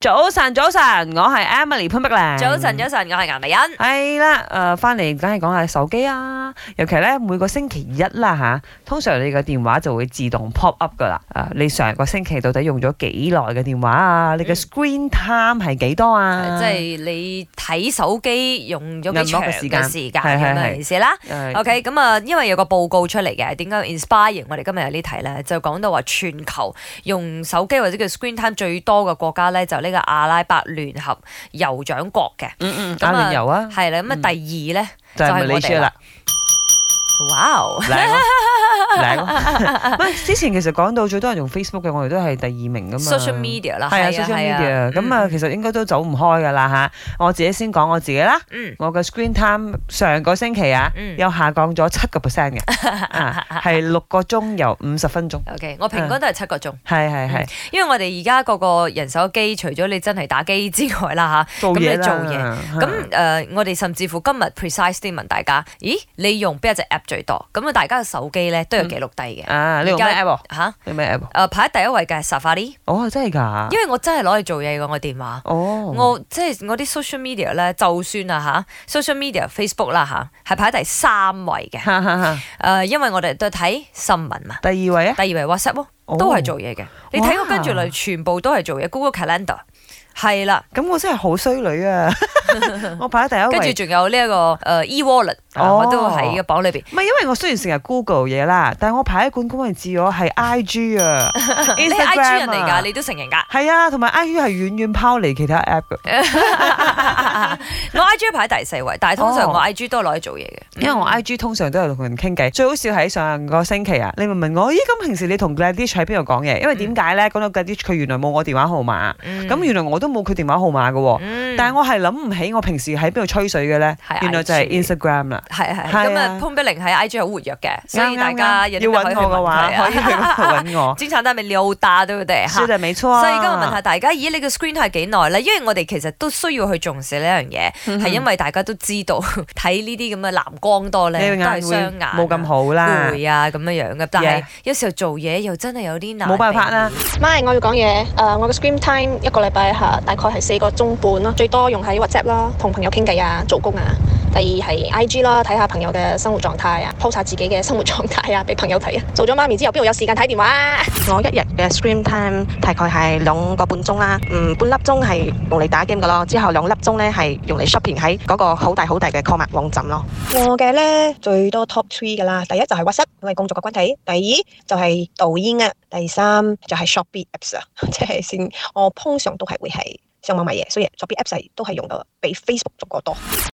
早晨，早晨，我係 Emily 潘碧玲。早晨，早晨，我係顏美欣。係啦，誒、翻嚟梗係講下手機啊，尤其咧每個星期一啦吓，通常你個電話就會自動 pop up 噶啦。誒、你上個星期到底用咗幾耐嘅電話啊？你嘅嗯 screen time 係幾多啊？即係你睇手機用咗幾長銀幕嘅嘅時時間間係係咁係嘅意思啦。誒 OK，咁啊，因為有個報告出嚟嘅，點解 inspire 我哋今日有呢題咧？就講到話全球用手機或者叫 screen time 最多嘅國家咧，就呢個阿拉伯聯合酋長國嘅。嗯嗯，咁啊阿聯酋啊，係啦，咁啊嗯第二咧，就就係係我 m a l 哋啦啦。哇哦！嚟 啊嚟啊喂之前其實講到最多人用 Facebook 嘅，我哋都係第二名噶嘛。 social media 啦，係啊係啊，social 係 media 咁啊，，其實應該都走唔開噶啦吓。我自己先講我自己啦，嗯我嘅 screen time 上個星期啊，嗯有下降咗七個 percent 嘅，啊係六個鐘由五十分鐘，嗯，OK，我平均都係七個鐘，係係係因為我哋而家個個人手機，除咗你真係打機之外啦做嘢啦。嗯咁你做嘢啊吓，咁誒、呃我哋甚至乎今日 precise 啲問大家，咦，你用邊一隻 app 最多？咁啊，大家嘅手機咧都有記錄低嘅啊，你用咩而家 app？啊吓，誒、你用咩 app？啊排喺第一位嘅係 Safari，哦，真係㗎因，為我真係攞嚟做嘢嘅我電話。哦，我即係我啲 social media 咧，就算啊吓 social media Facebook 啦吓，係排喺第三位嘅。誒、呃哈哈哈因為我哋都睇新聞嘛，第二位啊，第二位 WhatsApp 咯。哦都係做。嘢嘅。你睇我哇跟住嚟，全部都係做嘢。Google Calendar 係啦，咁我真係好衰女 啊！ 我排喺第一跟住位。仲有呢一個誒 E Wallet，啊哦我都喺個榜裏邊。唔係因為我雖然成日 Google 嘢啦，但係我排喺冠軍位置我係 IG 啊 你係 I G，Instagram 人嚟啊㗎，，你都承認 㗎。係啊，同埋 IG 係遠遠拋離其他 app 嘅。我 I G 排第四位，但係通常哦我 I G 都係攞嚟做嘢嘅。因為我 I G 通常都有同人傾偈，最好笑喺上個星期啊，你咪問我，咦咁平時你同 Gladys 喺邊度講嘢？因為點解咧？講到 Gladys 佢原來冇我電話號碼，嗯咁、原來我都冇佢電話號碼嘅喎。嗯但係我係諗唔起我平時喺邊度吹水嘅咧係，原來就係 IG Instagram 啦。係係係啊係咁啊，潘碧玲喺 I G 好活躍嘅，所以大家有啱啱啱要啲咩可以去揾我嘅問話，佢可以啊。去嗰度 揾我。經常都係咪溜達對唔 對嚇是？的，沒錯啊。所以今日 問下大家，咦你個 screen 係幾耐咧？因為我哋其實都需要去重視呢樣嘢，嗯係因為大家都知道 睇呢啲咁嘅藍光多你咧，眼都係雙會眼啊冇咁好啦，攰啊咁樣樣嘅。但係 Yeah 有時候做嘢又真係有啲難，冇辦法。啦。咪，我要講嘢。誒、我嘅 screen time 一個禮拜下大概係四個鐘半咯，最多用喺 WhatsApp 啦，同朋友傾偈啊，做工啊。第二係 IG 啦，睇下朋友嘅生活狀態啊，po 晒自己嘅生活狀態啊，俾朋友睇啊。做咗媽咪之後，邊度有時間睇電話啊？我一日嘅 screen time 大概係兩個半鐘啦，嗯，半粒鐘係用嚟打 game 噶咯，之後兩粒鐘咧係用嚟 shopping 喺嗰個好大好大嘅購物網站咯。我嘅咧最多 top three 噶啦，第一就係 WhatsApp，因為工作嘅關係；第二就係抖音啊；第三就係 Shopee apps 啊， 即係先我通常都係會係上網買嘢，所以 Shopee apps 係都係用到比 Facebook 仲過多。